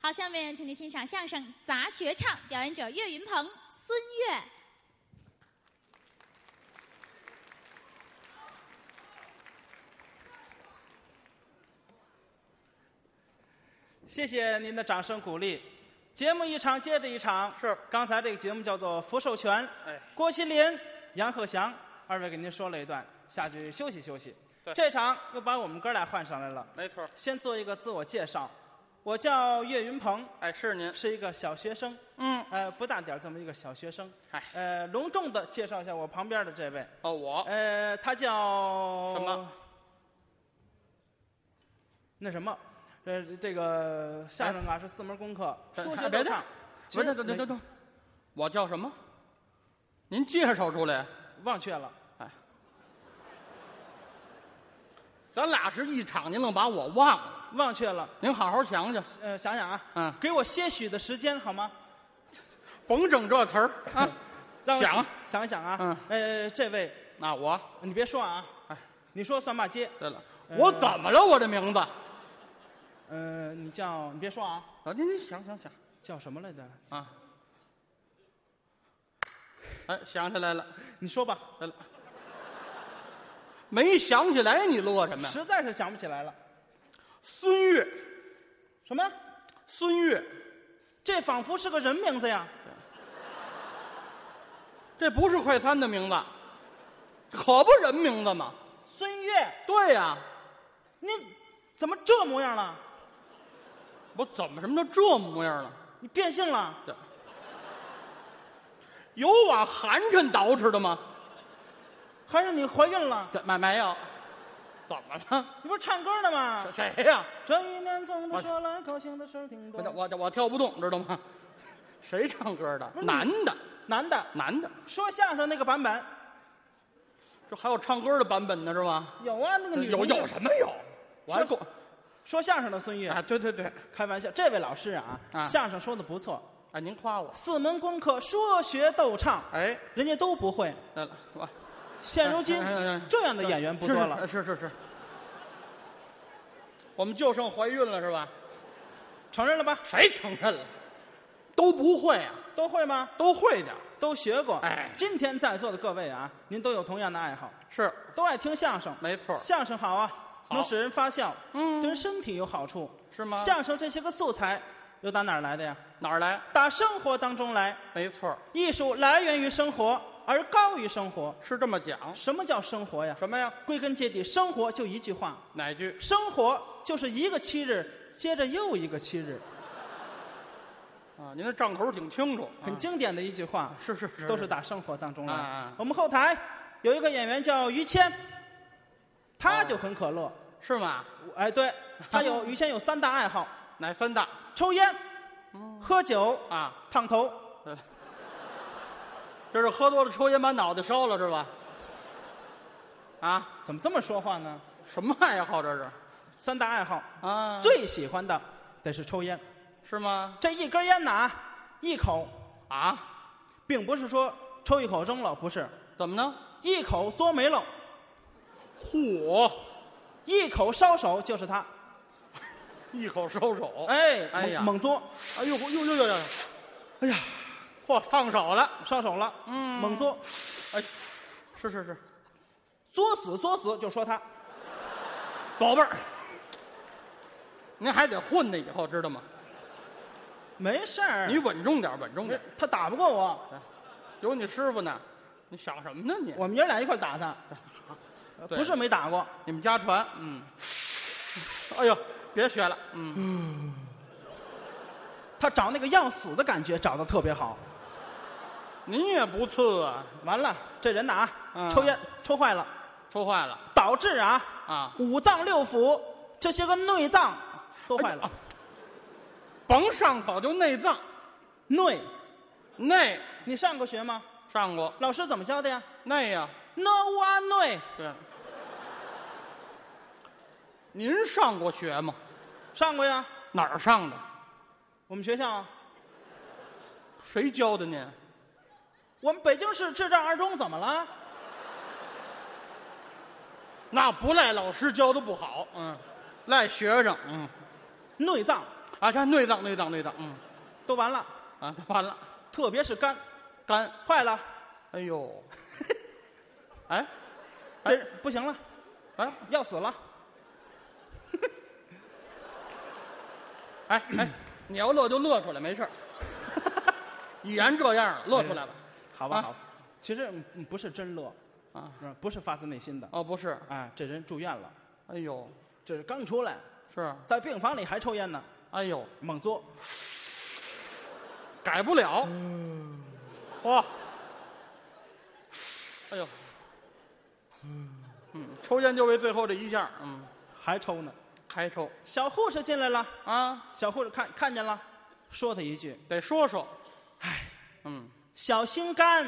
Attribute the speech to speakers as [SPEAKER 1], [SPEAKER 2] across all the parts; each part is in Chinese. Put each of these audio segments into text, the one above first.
[SPEAKER 1] 好，下面请您欣赏相声《杂学唱》，表演者岳云鹏、孙越。
[SPEAKER 2] 谢谢您的掌声鼓励。节目一场接着一场，
[SPEAKER 3] 是
[SPEAKER 2] 刚才这个节目叫做《福寿全》，
[SPEAKER 3] 哎，
[SPEAKER 2] 郭麒麟、杨鹤翔二位给您说了一段，下去休息休息。
[SPEAKER 3] 对
[SPEAKER 2] 这场又把我们哥俩换上来了。
[SPEAKER 3] 没错儿。
[SPEAKER 2] 先做一个自我介绍，我叫岳云鹏，
[SPEAKER 3] 哎，是您。
[SPEAKER 2] 是一个小学生，
[SPEAKER 3] 嗯，
[SPEAKER 2] 呃，不大点儿这么一个小学生。
[SPEAKER 3] 哎，
[SPEAKER 2] 呃，隆重的介绍一下我旁边的这位，
[SPEAKER 3] 哦，我
[SPEAKER 2] 呃，他叫
[SPEAKER 3] 什么？
[SPEAKER 2] 那什么，呃，这个相声啊是四门功课，
[SPEAKER 3] 哎
[SPEAKER 2] 数学都
[SPEAKER 3] 哎别
[SPEAKER 2] 唱
[SPEAKER 3] 动。
[SPEAKER 2] 其
[SPEAKER 3] 不
[SPEAKER 2] 实
[SPEAKER 3] 是，等等
[SPEAKER 2] 没
[SPEAKER 3] 等等，我叫什么？您介绍出来。哎
[SPEAKER 2] 忘却了，
[SPEAKER 3] 咱俩是一场，您愣把我忘了。
[SPEAKER 2] 忘却了。
[SPEAKER 3] 您好好想想，
[SPEAKER 2] 呃，想想啊，
[SPEAKER 3] 嗯，
[SPEAKER 2] 给我些许的时间好吗？
[SPEAKER 3] 甭整这词儿啊。
[SPEAKER 2] 让我
[SPEAKER 3] 想啊
[SPEAKER 2] 想一想啊。
[SPEAKER 3] 嗯。
[SPEAKER 2] 呃，这位，
[SPEAKER 3] 那我，
[SPEAKER 2] 你别说啊，
[SPEAKER 3] 哎
[SPEAKER 2] 你说算骂街。
[SPEAKER 3] 对了，
[SPEAKER 2] 呃
[SPEAKER 3] 我怎么了？我这名字？啊
[SPEAKER 2] 呃，你叫你别说啊，
[SPEAKER 3] 哦您您想想想
[SPEAKER 2] 叫什么来着？
[SPEAKER 3] 啊。哎，想起来了，
[SPEAKER 2] 你说吧，
[SPEAKER 3] 对了，没想起来，你乐什么呀？
[SPEAKER 2] 实在是想不起来了。
[SPEAKER 3] 孙越，
[SPEAKER 2] 什么？
[SPEAKER 3] 孙越，
[SPEAKER 2] 这仿佛是个人名字呀！
[SPEAKER 3] 这不是快餐的名字，可不人名字吗？
[SPEAKER 2] 孙越，
[SPEAKER 3] 对呀、
[SPEAKER 2] 你怎么这模样了？
[SPEAKER 3] 我怎么什么都这模样了？
[SPEAKER 2] 你变性了？
[SPEAKER 3] 这有往寒碜捯饬的吗？
[SPEAKER 2] 还是你怀孕了？
[SPEAKER 3] 怎么没有？怎么了？
[SPEAKER 2] 你不是唱歌呢吗？
[SPEAKER 3] 谁呀、
[SPEAKER 2] 这一年总的说来，高兴的事儿挺
[SPEAKER 3] 我
[SPEAKER 2] 多。
[SPEAKER 3] 我我跳不动，知道吗？谁唱歌的
[SPEAKER 2] 不？是你
[SPEAKER 3] 男的，
[SPEAKER 2] 男的
[SPEAKER 3] 男的，
[SPEAKER 2] 说相声那个版本
[SPEAKER 3] 这还有唱歌的版本呢，是吧？
[SPEAKER 2] 有啊，那个女
[SPEAKER 3] 有
[SPEAKER 2] 同志
[SPEAKER 3] 有什么有？我还
[SPEAKER 2] 说
[SPEAKER 3] 过
[SPEAKER 2] 说相声的孙越
[SPEAKER 3] 啊，对对对，
[SPEAKER 2] 开玩笑，这位老师啊，
[SPEAKER 3] 啊
[SPEAKER 2] 相声说的不错，
[SPEAKER 3] 啊，您夸我，
[SPEAKER 2] 四门功课说学逗唱，
[SPEAKER 3] 哎，
[SPEAKER 2] 人家都不会。
[SPEAKER 3] 对了，我
[SPEAKER 2] 现如今
[SPEAKER 3] 哎哎哎哎
[SPEAKER 2] 这样的演员不多了，
[SPEAKER 3] 是是是是 是我们就剩怀孕了是吧？
[SPEAKER 2] 承认了吧？
[SPEAKER 3] 谁承认了？都不会啊，
[SPEAKER 2] 都会吗？
[SPEAKER 3] 都会点儿
[SPEAKER 2] 都学过。
[SPEAKER 3] 哎
[SPEAKER 2] 今天在座的各位啊，您都有同样的爱好，
[SPEAKER 3] 是
[SPEAKER 2] 都爱听相声。
[SPEAKER 3] 没错儿，
[SPEAKER 2] 相声好啊，
[SPEAKER 3] 好
[SPEAKER 2] 能使人发笑，
[SPEAKER 3] 嗯
[SPEAKER 2] 对人身体有好处。
[SPEAKER 3] 是吗？
[SPEAKER 2] 相声这些个素材又打哪儿来的呀？
[SPEAKER 3] 哪儿来？
[SPEAKER 2] 打生活当中来。
[SPEAKER 3] 没错儿，
[SPEAKER 2] 艺术来源于生活，而高于生活。
[SPEAKER 3] 是这么讲。
[SPEAKER 2] 什么叫生活呀？
[SPEAKER 3] 什么呀？
[SPEAKER 2] 归根结底，生活就一句话：
[SPEAKER 3] 哪句？
[SPEAKER 2] 生活就是一个七日接着又一个七日，
[SPEAKER 3] 啊，您的账口挺清楚，
[SPEAKER 2] 很
[SPEAKER 3] 啊
[SPEAKER 2] 经典的一句话，
[SPEAKER 3] 是是是，
[SPEAKER 2] 都是打生活当中
[SPEAKER 3] 嗯啊
[SPEAKER 2] 来
[SPEAKER 3] 啊。
[SPEAKER 2] 我们后台有一个演员叫于谦，他就很可乐。
[SPEAKER 3] 是吗？
[SPEAKER 2] 哎，对，他 有于谦有三大爱好：
[SPEAKER 3] 哪三大
[SPEAKER 2] 抽烟、
[SPEAKER 3] 嗯
[SPEAKER 2] 喝酒、
[SPEAKER 3] 啊？
[SPEAKER 2] 烫头。
[SPEAKER 3] 这是喝多了抽烟把脑袋烧了是吧？啊，
[SPEAKER 2] 怎么这么说话呢？
[SPEAKER 3] 什么爱好这是？
[SPEAKER 2] 三大爱好，
[SPEAKER 3] 啊，
[SPEAKER 2] 最喜欢的得是抽烟。
[SPEAKER 3] 是吗？
[SPEAKER 2] 这一根烟呐，一口，
[SPEAKER 3] 啊，
[SPEAKER 2] 并不是说抽一口扔了，不是，
[SPEAKER 3] 怎么呢？
[SPEAKER 2] 一口嘬没了，
[SPEAKER 3] 嚯，
[SPEAKER 2] 一口烧手就是他。
[SPEAKER 3] 一口收手！哎，
[SPEAKER 2] 哎，
[SPEAKER 3] 哎呀
[SPEAKER 2] 猛猛嘬，
[SPEAKER 3] 哎呦呦呦呦呦！哎呀，嚯，烫手了！
[SPEAKER 2] 烧手了，
[SPEAKER 3] 嗯
[SPEAKER 2] 猛嘬，
[SPEAKER 3] 哎，是是是，
[SPEAKER 2] 作死作死就说他。
[SPEAKER 3] 宝贝儿，您还得混呢，以后知道吗？
[SPEAKER 2] 没事儿，
[SPEAKER 3] 你稳重点，稳重
[SPEAKER 2] 没
[SPEAKER 3] 点，
[SPEAKER 2] 他打不过我，
[SPEAKER 3] 有你师傅呢。你想什么呢你？
[SPEAKER 2] 我们爷俩一块儿打他，呃
[SPEAKER 3] 对
[SPEAKER 2] 不是没打过。
[SPEAKER 3] 你们家传，嗯。哎呦，别学了，嗯，
[SPEAKER 2] 他找那个要死的感觉找的特别好。
[SPEAKER 3] 您也不次啊，
[SPEAKER 2] 完了，这人呐啊，
[SPEAKER 3] 嗯
[SPEAKER 2] 抽烟抽坏了，
[SPEAKER 3] 抽坏了
[SPEAKER 2] 导致啊
[SPEAKER 3] 啊！
[SPEAKER 2] 五脏六腑这些个内脏都坏了
[SPEAKER 3] 哎。甭上口就内脏，
[SPEAKER 2] 内，
[SPEAKER 3] 内
[SPEAKER 2] 你上过学吗？
[SPEAKER 3] 上过
[SPEAKER 2] 老师怎么教的呀
[SPEAKER 3] 内呀、
[SPEAKER 2] ？No one 内，
[SPEAKER 3] 对。您上过学吗？
[SPEAKER 2] 上过呀，
[SPEAKER 3] 哪儿上的？
[SPEAKER 2] 我们学校啊，
[SPEAKER 3] 谁教的您？
[SPEAKER 2] 我们北京市智障二中怎么了？
[SPEAKER 3] 那不赖老师教的不好，嗯，赖学生，嗯，
[SPEAKER 2] 内脏，
[SPEAKER 3] 啊，这内脏内脏内脏，嗯，
[SPEAKER 2] 都完了，
[SPEAKER 3] 啊， 完了，
[SPEAKER 2] 特别是肝
[SPEAKER 3] 肝，
[SPEAKER 2] 坏了，
[SPEAKER 3] 哎呦，哎，哎
[SPEAKER 2] 这不行了，
[SPEAKER 3] 哎
[SPEAKER 2] 要死了。
[SPEAKER 3] 哎哎，你要乐就乐出来，没事儿。已然这样了，乐出来了
[SPEAKER 2] 好吧，
[SPEAKER 3] 啊
[SPEAKER 2] 好吧，其实嗯不是真乐，
[SPEAKER 3] 啊？
[SPEAKER 2] 是吧不是发自内心的。
[SPEAKER 3] 哦，不是，
[SPEAKER 2] 哎，这人住院了，
[SPEAKER 3] 哎呦，
[SPEAKER 2] 这是刚出来，
[SPEAKER 3] 是，
[SPEAKER 2] 在病房里还抽烟呢，
[SPEAKER 3] 哎呦，
[SPEAKER 2] 猛嘬。
[SPEAKER 3] 改不了。哇，哎呦，嗯，抽烟就为最后这一下，嗯，
[SPEAKER 2] 还抽呢。
[SPEAKER 3] 还抽
[SPEAKER 2] 小护士进来了，
[SPEAKER 3] 啊，
[SPEAKER 2] 小护士看看见了，说他一句
[SPEAKER 3] 得说说，哎，嗯，：“
[SPEAKER 2] 小心肝。”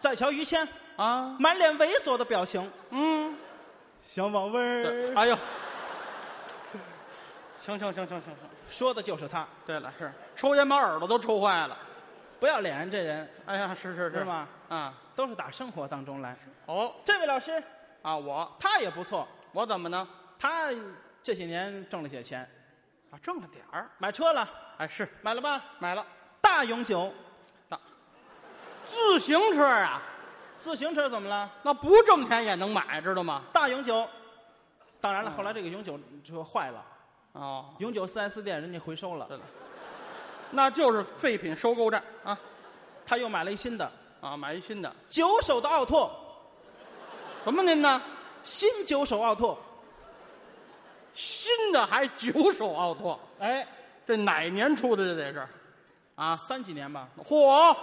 [SPEAKER 2] 再瞧于谦，
[SPEAKER 3] 啊，
[SPEAKER 2] 满脸猥琐的表情，啊
[SPEAKER 3] 嗯，
[SPEAKER 2] 小宝贝
[SPEAKER 3] 对
[SPEAKER 2] 儿，
[SPEAKER 3] 哎呦，行行行行行行，
[SPEAKER 2] 说的就是他，
[SPEAKER 3] 对了，是抽烟把耳朵都抽坏了，
[SPEAKER 2] 不要脸这人
[SPEAKER 3] 哎呀，是是是
[SPEAKER 2] 是？吗？
[SPEAKER 3] 啊，
[SPEAKER 2] 都是打生活当中来。
[SPEAKER 3] 哦，
[SPEAKER 2] 这位老师
[SPEAKER 3] 啊，我
[SPEAKER 2] 他也不错，
[SPEAKER 3] 我怎么呢？
[SPEAKER 2] 他这些年挣了些钱，
[SPEAKER 3] 啊，挣了点儿，
[SPEAKER 2] 买车了，
[SPEAKER 3] 哎，是
[SPEAKER 2] 买了吧？
[SPEAKER 3] 买了，
[SPEAKER 2] 大永久
[SPEAKER 3] 那自行车啊，
[SPEAKER 2] 自行车怎么了？
[SPEAKER 3] 那不挣钱也能买，知道吗？
[SPEAKER 2] 大永久，当然了，后来这个永久车坏了，
[SPEAKER 3] 哦，
[SPEAKER 2] 永久 4S 店人家回收了，
[SPEAKER 3] 对了，那就是废品收购站啊
[SPEAKER 2] 他又买了一新的
[SPEAKER 3] 啊，买一新的。
[SPEAKER 2] 九手的奥拓，
[SPEAKER 3] 什么您呢？
[SPEAKER 2] 新九手奥拓，
[SPEAKER 3] 新的还九手奥拓，
[SPEAKER 2] 哎，
[SPEAKER 3] 这哪年出的这得是？啊，
[SPEAKER 2] 三几年吧。
[SPEAKER 3] 嚯，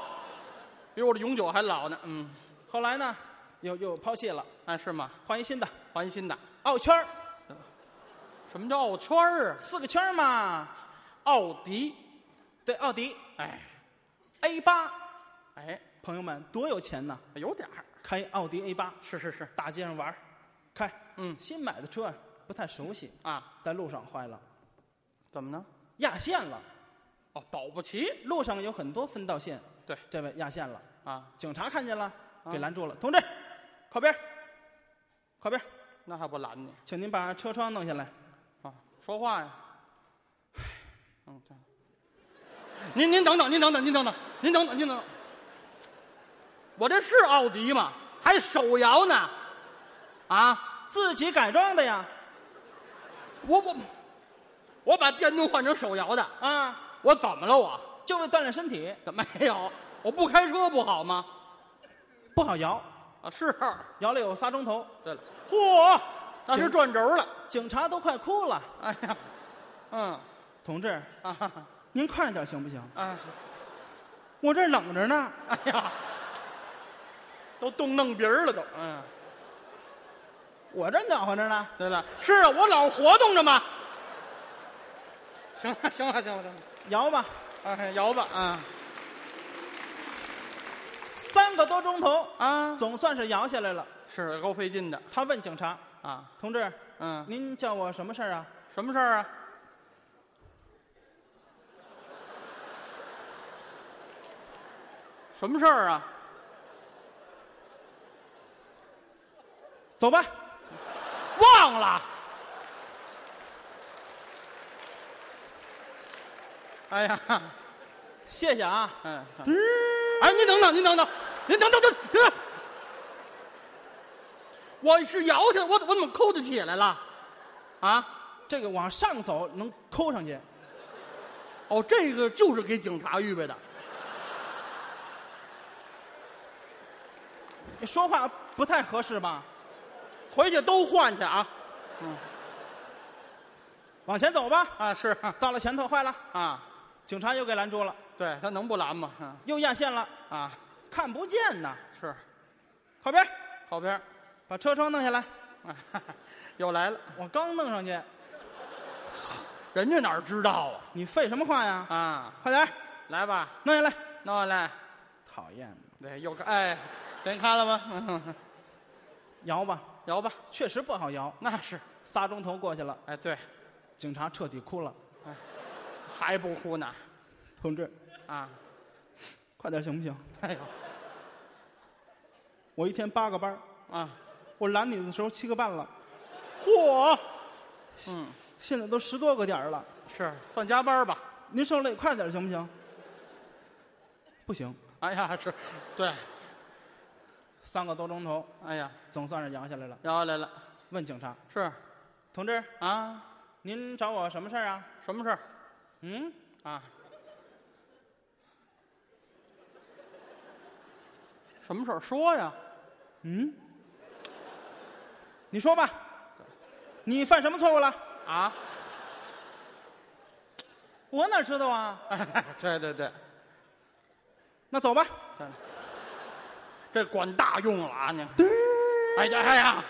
[SPEAKER 3] 比我这永久还老呢。嗯，
[SPEAKER 2] 后来呢，又又抛弃了，
[SPEAKER 3] 哎是吗？
[SPEAKER 2] 换一新的
[SPEAKER 3] 换一新的。
[SPEAKER 2] 奥圈儿
[SPEAKER 3] 什么叫奥圈儿啊？
[SPEAKER 2] 四个圈儿嘛，
[SPEAKER 3] 奥迪。
[SPEAKER 2] 对，奥迪
[SPEAKER 3] 哎
[SPEAKER 2] A 八，
[SPEAKER 3] 哎，
[SPEAKER 2] 朋友们多有钱呐，
[SPEAKER 3] 有点儿。
[SPEAKER 2] 开奥迪 A 八，
[SPEAKER 3] 是是是，
[SPEAKER 2] 大街上玩儿，开，
[SPEAKER 3] 嗯
[SPEAKER 2] 新买的车不太熟悉，
[SPEAKER 3] 啊，
[SPEAKER 2] 在路上坏了，
[SPEAKER 3] 怎么呢？
[SPEAKER 2] 压线了，
[SPEAKER 3] 哦，保不齐。
[SPEAKER 2] 路上有很多分道线，
[SPEAKER 3] 对，
[SPEAKER 2] 这位压线了。
[SPEAKER 3] 啊，
[SPEAKER 2] 警察看见了，
[SPEAKER 3] 啊
[SPEAKER 2] 给拦住了。同志，靠边儿，靠边儿，
[SPEAKER 3] 那还不拦你
[SPEAKER 2] 请您把车窗弄下来。
[SPEAKER 3] 啊？说话呀。嗯，对。您您等等，您等等，您等等，您等等，您等等。我这是奥迪吗？还手摇呢？啊，
[SPEAKER 2] 自己改装的呀，
[SPEAKER 3] 我我我把电动换成手摇的，
[SPEAKER 2] 啊，
[SPEAKER 3] 我怎么了我？
[SPEAKER 2] 就为锻炼身体，
[SPEAKER 3] 怎么没有？我不开车不好吗？
[SPEAKER 2] 不好摇，
[SPEAKER 3] 啊，是。
[SPEAKER 2] 摇了有仨钟头，
[SPEAKER 3] 对了，嚯，那是
[SPEAKER 2] 行
[SPEAKER 3] 转轴了。
[SPEAKER 2] 警察都快哭了。
[SPEAKER 3] 哎呀，嗯
[SPEAKER 2] 同志，
[SPEAKER 3] 啊哈哈
[SPEAKER 2] 您快点行不行？
[SPEAKER 3] 啊。
[SPEAKER 2] 我这儿冷着呢。
[SPEAKER 3] 哎呀，都冻弄鼻儿了都。嗯，
[SPEAKER 2] 我这儿暖和着呢。
[SPEAKER 3] 对了，是啊，我老活动着嘛。行了，行了，行了，行了，
[SPEAKER 2] 摇吧，
[SPEAKER 3] 哎，摇吧，啊
[SPEAKER 2] 三个多钟头，
[SPEAKER 3] 啊，
[SPEAKER 2] 总算是摇下来了。
[SPEAKER 3] 是够费劲的
[SPEAKER 2] 他问警察
[SPEAKER 3] 啊。：“
[SPEAKER 2] 同志，
[SPEAKER 3] 嗯，
[SPEAKER 2] 您叫我什么事儿啊
[SPEAKER 3] 什么事儿啊？什么事儿啊？？”
[SPEAKER 2] 走吧。
[SPEAKER 3] 忘了。哎呀，
[SPEAKER 2] 谢谢啊。
[SPEAKER 3] 哎，哎，您等等，您等等，您等等等等等，我是摇去，我怎我怎么扣得起来了？啊，
[SPEAKER 2] 这个往上走能抠上去，
[SPEAKER 3] 哦，这个就是给警察预备的，
[SPEAKER 2] 说话不太合适吧？
[SPEAKER 3] 回去都换去啊！
[SPEAKER 2] 往前走吧。
[SPEAKER 3] 啊，是啊
[SPEAKER 2] 到了前头，坏了，
[SPEAKER 3] 啊，
[SPEAKER 2] 警察又给拦住了，
[SPEAKER 3] 对他能不拦吗？啊
[SPEAKER 2] 又压线了，
[SPEAKER 3] 啊，
[SPEAKER 2] 看不见呐。
[SPEAKER 3] 是
[SPEAKER 2] 靠边儿，
[SPEAKER 3] 靠边儿
[SPEAKER 2] 把车窗弄下来。
[SPEAKER 3] 啊，哈哈又来了，
[SPEAKER 2] 我刚弄上去，
[SPEAKER 3] 人家哪儿知道
[SPEAKER 2] 你废什么话呀
[SPEAKER 3] 啊？？啊，
[SPEAKER 2] 快点儿
[SPEAKER 3] 来吧，
[SPEAKER 2] 弄下来。
[SPEAKER 3] 弄下来，
[SPEAKER 2] 讨厌，
[SPEAKER 3] 对，又看，哎，您看了吗？嗯
[SPEAKER 2] 摇吧，
[SPEAKER 3] 摇吧，
[SPEAKER 2] 确实不好摇。
[SPEAKER 3] 那是，
[SPEAKER 2] 仨钟头过去了，
[SPEAKER 3] 哎，对，
[SPEAKER 2] 警察彻底哭了。
[SPEAKER 3] 还不哭呢
[SPEAKER 2] 同志，
[SPEAKER 3] 啊！
[SPEAKER 2] 快点行不行？
[SPEAKER 3] 哎呦
[SPEAKER 2] 我一天八个班儿，
[SPEAKER 3] 啊！
[SPEAKER 2] 我拦你的时候七个半了。
[SPEAKER 3] 嚯，嗯，
[SPEAKER 2] 现在都十多个点儿了，
[SPEAKER 3] 是算加班吧？
[SPEAKER 2] 您受累，快点儿行不行？不行，
[SPEAKER 3] 哎呀，是，对，
[SPEAKER 2] 三个多钟头，
[SPEAKER 3] 哎呀，
[SPEAKER 2] 总算是养下来了。
[SPEAKER 3] 聊来了，
[SPEAKER 2] 问警察
[SPEAKER 3] 是
[SPEAKER 2] 同志，
[SPEAKER 3] 啊，
[SPEAKER 2] 您找我什么事儿啊？
[SPEAKER 3] 什么事儿
[SPEAKER 2] 嗯，
[SPEAKER 3] 啊？什么事儿说呀？
[SPEAKER 2] 嗯，你说吧，你犯什么错误了？
[SPEAKER 3] 啊？
[SPEAKER 2] 我哪知道啊？
[SPEAKER 3] 哎，对对对，
[SPEAKER 2] 那走吧。
[SPEAKER 3] 对这管大用了啊！你，哎呀哎呀，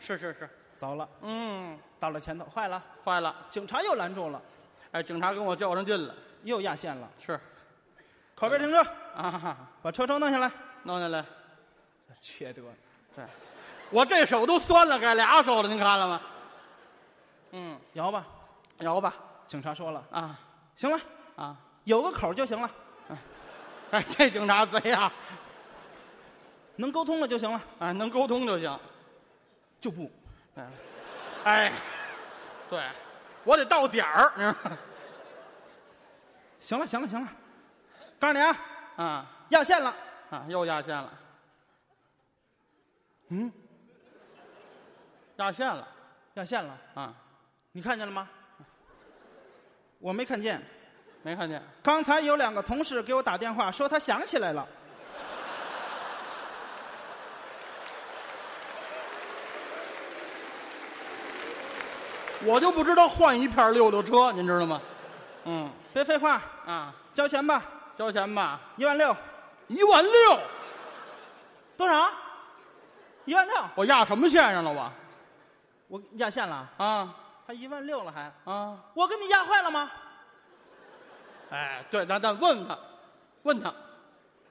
[SPEAKER 3] 是是是，
[SPEAKER 2] 走了，
[SPEAKER 3] 嗯，
[SPEAKER 2] 到了前头，坏了，
[SPEAKER 3] 坏了，
[SPEAKER 2] 警察又拦住了，
[SPEAKER 3] 哎，警察跟我较上劲了，
[SPEAKER 2] 又压线了。嗯
[SPEAKER 3] 是
[SPEAKER 2] 靠边停车，
[SPEAKER 3] 啊，
[SPEAKER 2] 把车窗弄下来。
[SPEAKER 3] 弄下来，
[SPEAKER 2] 缺德！
[SPEAKER 3] 对，我这手都酸了，改俩手了，您看了吗？嗯，
[SPEAKER 2] 摇吧，
[SPEAKER 3] 摇吧，
[SPEAKER 2] 警察说了，
[SPEAKER 3] 啊
[SPEAKER 2] 行了，
[SPEAKER 3] 啊，
[SPEAKER 2] 有个口就行了，
[SPEAKER 3] 哎，这警察贼啊，
[SPEAKER 2] 能沟通了就行了，
[SPEAKER 3] 哎，能沟通就行，
[SPEAKER 2] 就不
[SPEAKER 3] 哎哎，对，我得到点儿，你 知
[SPEAKER 2] 行
[SPEAKER 3] 道吗？
[SPEAKER 2] 了，行了，行了。告诉你啊，
[SPEAKER 3] 啊。
[SPEAKER 2] 压线了，
[SPEAKER 3] 啊，又压线了。嗯，压线了
[SPEAKER 2] 压线了，
[SPEAKER 3] 啊，
[SPEAKER 2] 你看见了吗？我没看见，
[SPEAKER 3] 没看见。
[SPEAKER 2] 刚才有两个同事给我打电话说他想起来了，
[SPEAKER 3] 我就不知道换一片溜溜车，您知道吗？嗯
[SPEAKER 2] 别废话，
[SPEAKER 3] 啊，
[SPEAKER 2] 交钱吧，
[SPEAKER 3] 交钱吧，
[SPEAKER 2] 一万六，
[SPEAKER 3] 一万六，
[SPEAKER 2] 多少？一万六，
[SPEAKER 3] 我压什么线上了我？
[SPEAKER 2] 我压线了，
[SPEAKER 3] 啊
[SPEAKER 2] 还一万六了还？
[SPEAKER 3] 啊，
[SPEAKER 2] 我给你压坏了吗？
[SPEAKER 3] 哎，对，咱咱问他，问他，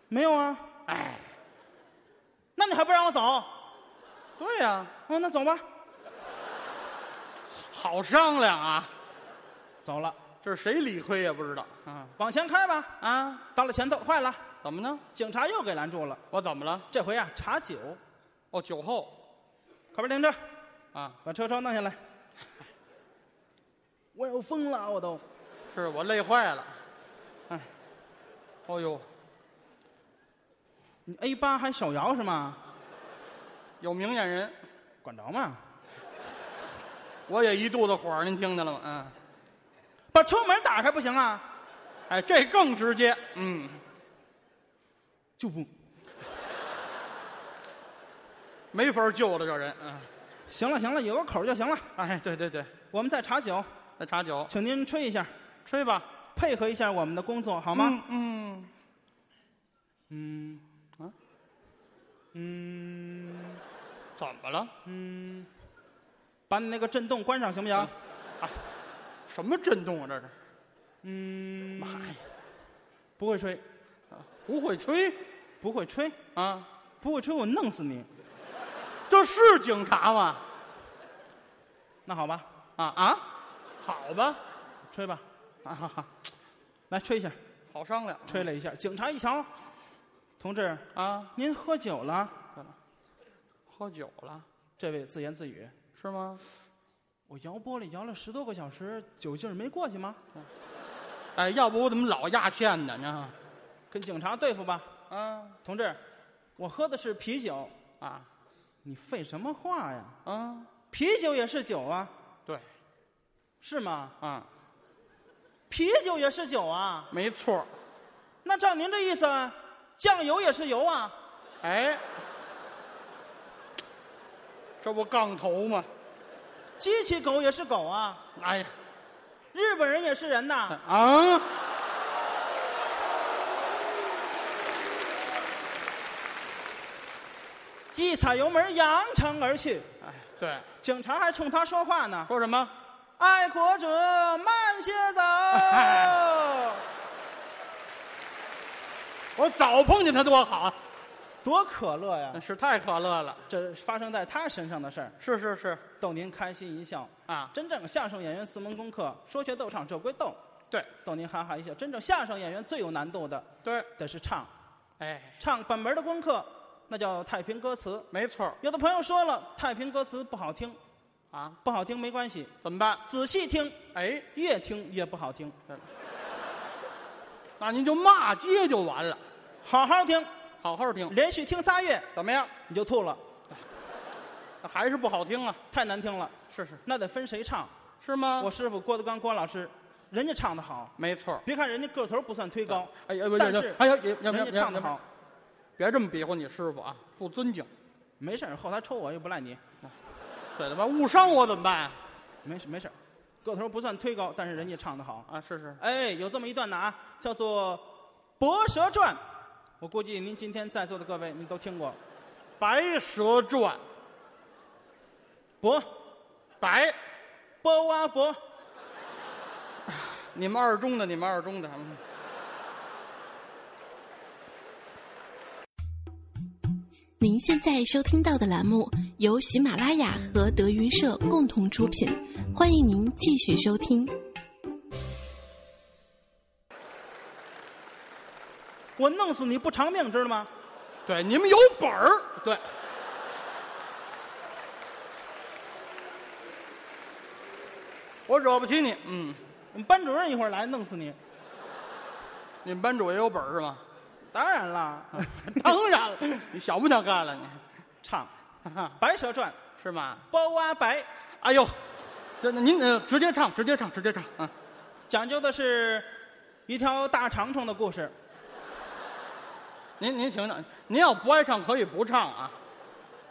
[SPEAKER 2] 没有啊，
[SPEAKER 3] 哎，
[SPEAKER 2] 那你还不让我走？
[SPEAKER 3] 对呀、
[SPEAKER 2] 哦，那走吧，
[SPEAKER 3] 好商量啊，
[SPEAKER 2] 走了，
[SPEAKER 3] 这是谁理亏也不知道。啊
[SPEAKER 2] 往前开吧。
[SPEAKER 3] 啊，
[SPEAKER 2] 到了前头，坏了，
[SPEAKER 3] 怎么呢？
[SPEAKER 2] 警察又给拦住了。
[SPEAKER 3] 我怎么了？
[SPEAKER 2] 这回啊，查酒，
[SPEAKER 3] 哦，酒后
[SPEAKER 2] 靠边停车，
[SPEAKER 3] 啊，
[SPEAKER 2] 把车窗弄下来。 我要疯了，我都
[SPEAKER 3] 是我累坏了，哎，哦呦，
[SPEAKER 2] 你 A 八还手摇是吗？
[SPEAKER 3] 有明眼人，
[SPEAKER 2] 管着吗？
[SPEAKER 3] 我也一肚子火儿，您听见了吗？嗯，
[SPEAKER 2] 把车门打开不行啊？
[SPEAKER 3] 哎，这更直接，嗯，
[SPEAKER 2] 就不
[SPEAKER 3] 没法救了这人，嗯，
[SPEAKER 2] 行了，行了，有个口就行了。
[SPEAKER 3] 哎，对对对，
[SPEAKER 2] 我们再查酒，
[SPEAKER 3] 再查酒，
[SPEAKER 2] 请您吹一下，
[SPEAKER 3] 吹吧，
[SPEAKER 2] 配合一下我们的工作，好
[SPEAKER 3] 好
[SPEAKER 2] 吗？？
[SPEAKER 3] 嗯，
[SPEAKER 2] 嗯，
[SPEAKER 3] 啊，
[SPEAKER 2] 嗯
[SPEAKER 3] 怎么了？
[SPEAKER 2] 嗯，把你那个震动关上行不
[SPEAKER 3] 啊
[SPEAKER 2] 行？
[SPEAKER 3] 什么震动啊？这是？
[SPEAKER 2] 嗯，
[SPEAKER 3] 妈呀，
[SPEAKER 2] 不会吹，
[SPEAKER 3] 不会吹
[SPEAKER 2] 不会吹，
[SPEAKER 3] 啊？
[SPEAKER 2] 不会吹，我弄死你。
[SPEAKER 3] 这是警察吗？
[SPEAKER 2] 那好吧，
[SPEAKER 3] 啊啊，好吧，
[SPEAKER 2] 吹吧，
[SPEAKER 3] 啊哈哈，
[SPEAKER 2] 来吹一下，
[SPEAKER 3] 好商量，
[SPEAKER 2] 吹了一下。警察一瞧，同志，
[SPEAKER 3] 啊，
[SPEAKER 2] 您喝酒了？
[SPEAKER 3] 喝酒了
[SPEAKER 2] 这位自言自语，
[SPEAKER 3] 是吗？
[SPEAKER 2] 我摇玻璃摇了十多个小时，酒劲儿没过去吗？
[SPEAKER 3] 哎，要不我怎么老压线呢？呢？
[SPEAKER 2] 跟警察对付吧，
[SPEAKER 3] 啊
[SPEAKER 2] 同志，我喝的是啤酒。
[SPEAKER 3] 啊
[SPEAKER 2] 你废什么话呀？
[SPEAKER 3] 啊！
[SPEAKER 2] 啤酒也是酒啊，
[SPEAKER 3] 对，
[SPEAKER 2] 是吗？
[SPEAKER 3] 啊，
[SPEAKER 2] 啤酒也是酒啊，
[SPEAKER 3] 没错儿。
[SPEAKER 2] 那照您这意思，酱油也是油啊？
[SPEAKER 3] 哎，这不杠头吗？
[SPEAKER 2] 机器狗也是狗啊？
[SPEAKER 3] 哎呀
[SPEAKER 2] 日本人也是人呐？
[SPEAKER 3] 啊！
[SPEAKER 2] 一踩油门扬长而去，
[SPEAKER 3] 哎，对，
[SPEAKER 2] 警察还冲他说话呢
[SPEAKER 3] 说什么？：“
[SPEAKER 2] 爱国者慢些走。
[SPEAKER 3] 我早碰见他多好啊！”
[SPEAKER 2] 多可乐呀
[SPEAKER 3] 那！是太可乐了。
[SPEAKER 2] 这发生在他身上的事儿，
[SPEAKER 3] 是是是
[SPEAKER 2] 逗您开心一笑。
[SPEAKER 3] 啊，
[SPEAKER 2] 真正相声演员四门功课，说学逗唱这归逗，
[SPEAKER 3] 对
[SPEAKER 2] 逗您哈哈一笑。真正相声演员最有难度的，
[SPEAKER 3] 对，
[SPEAKER 2] 得是唱，
[SPEAKER 3] 哎，
[SPEAKER 2] 唱本门的功课，那叫太平歌词。
[SPEAKER 3] 没错儿
[SPEAKER 2] 有的朋友说了，太平歌词不好听，
[SPEAKER 3] 啊？
[SPEAKER 2] 不好听没关系，
[SPEAKER 3] 怎么办？
[SPEAKER 2] 仔细听，
[SPEAKER 3] 哎，
[SPEAKER 2] 越听越不好听，
[SPEAKER 3] 那您就骂街就完了，
[SPEAKER 2] 好好听，
[SPEAKER 3] 好好听，
[SPEAKER 2] 连续听仨月
[SPEAKER 3] 怎么样？
[SPEAKER 2] 你就吐了，
[SPEAKER 3] 还是不好听啊？
[SPEAKER 2] 太难听了。
[SPEAKER 3] 是是
[SPEAKER 2] 那得分谁唱。
[SPEAKER 3] 是吗？
[SPEAKER 2] 我师傅郭德纲郭老师，人家唱的好，
[SPEAKER 3] 没错儿。
[SPEAKER 2] 别看人家个头不算忒高，
[SPEAKER 3] 哎呀，不
[SPEAKER 2] 但
[SPEAKER 3] 要
[SPEAKER 2] 是
[SPEAKER 3] 哎呀，也
[SPEAKER 2] 人
[SPEAKER 3] 要不要
[SPEAKER 2] 家唱的好，，
[SPEAKER 3] 别这么比划你师傅啊，不尊敬。
[SPEAKER 2] 没事儿后台抽我又不赖你，
[SPEAKER 3] 对了吧？误伤我怎么办啊？
[SPEAKER 2] 没事没事儿个头不算忒高，但是人家唱的好。
[SPEAKER 3] 啊，是是，
[SPEAKER 2] 哎，有这么一段呢啊，叫做《博蛇传》，我估计您今天在座的各位您都听过，
[SPEAKER 3] 《白蛇传》
[SPEAKER 2] 博
[SPEAKER 3] 白，
[SPEAKER 2] 博哇博，
[SPEAKER 3] 你们二中的，你们二中的，嗯
[SPEAKER 4] 您现在收听到的栏目由喜马拉雅和德云社共同出品，欢迎您继续收听。
[SPEAKER 2] 我弄死你不偿命，知道吗？
[SPEAKER 3] 对，你们有本儿，对。我惹不起你，嗯，
[SPEAKER 2] 我们班主任一会儿来弄死你。
[SPEAKER 3] 你们班主也有本儿是吗？
[SPEAKER 2] 当然啦，
[SPEAKER 3] 当然了，你想不想干了你？
[SPEAKER 2] 唱
[SPEAKER 3] 哈哈
[SPEAKER 2] 《白蛇传》，
[SPEAKER 3] 是吗？
[SPEAKER 2] 包哇白，
[SPEAKER 3] 哎呦，这您呃直接唱，直接唱，直接唱啊！
[SPEAKER 2] 讲究的是一条大长虫的故事。
[SPEAKER 3] 您您请讲，您要不爱唱可以不唱啊，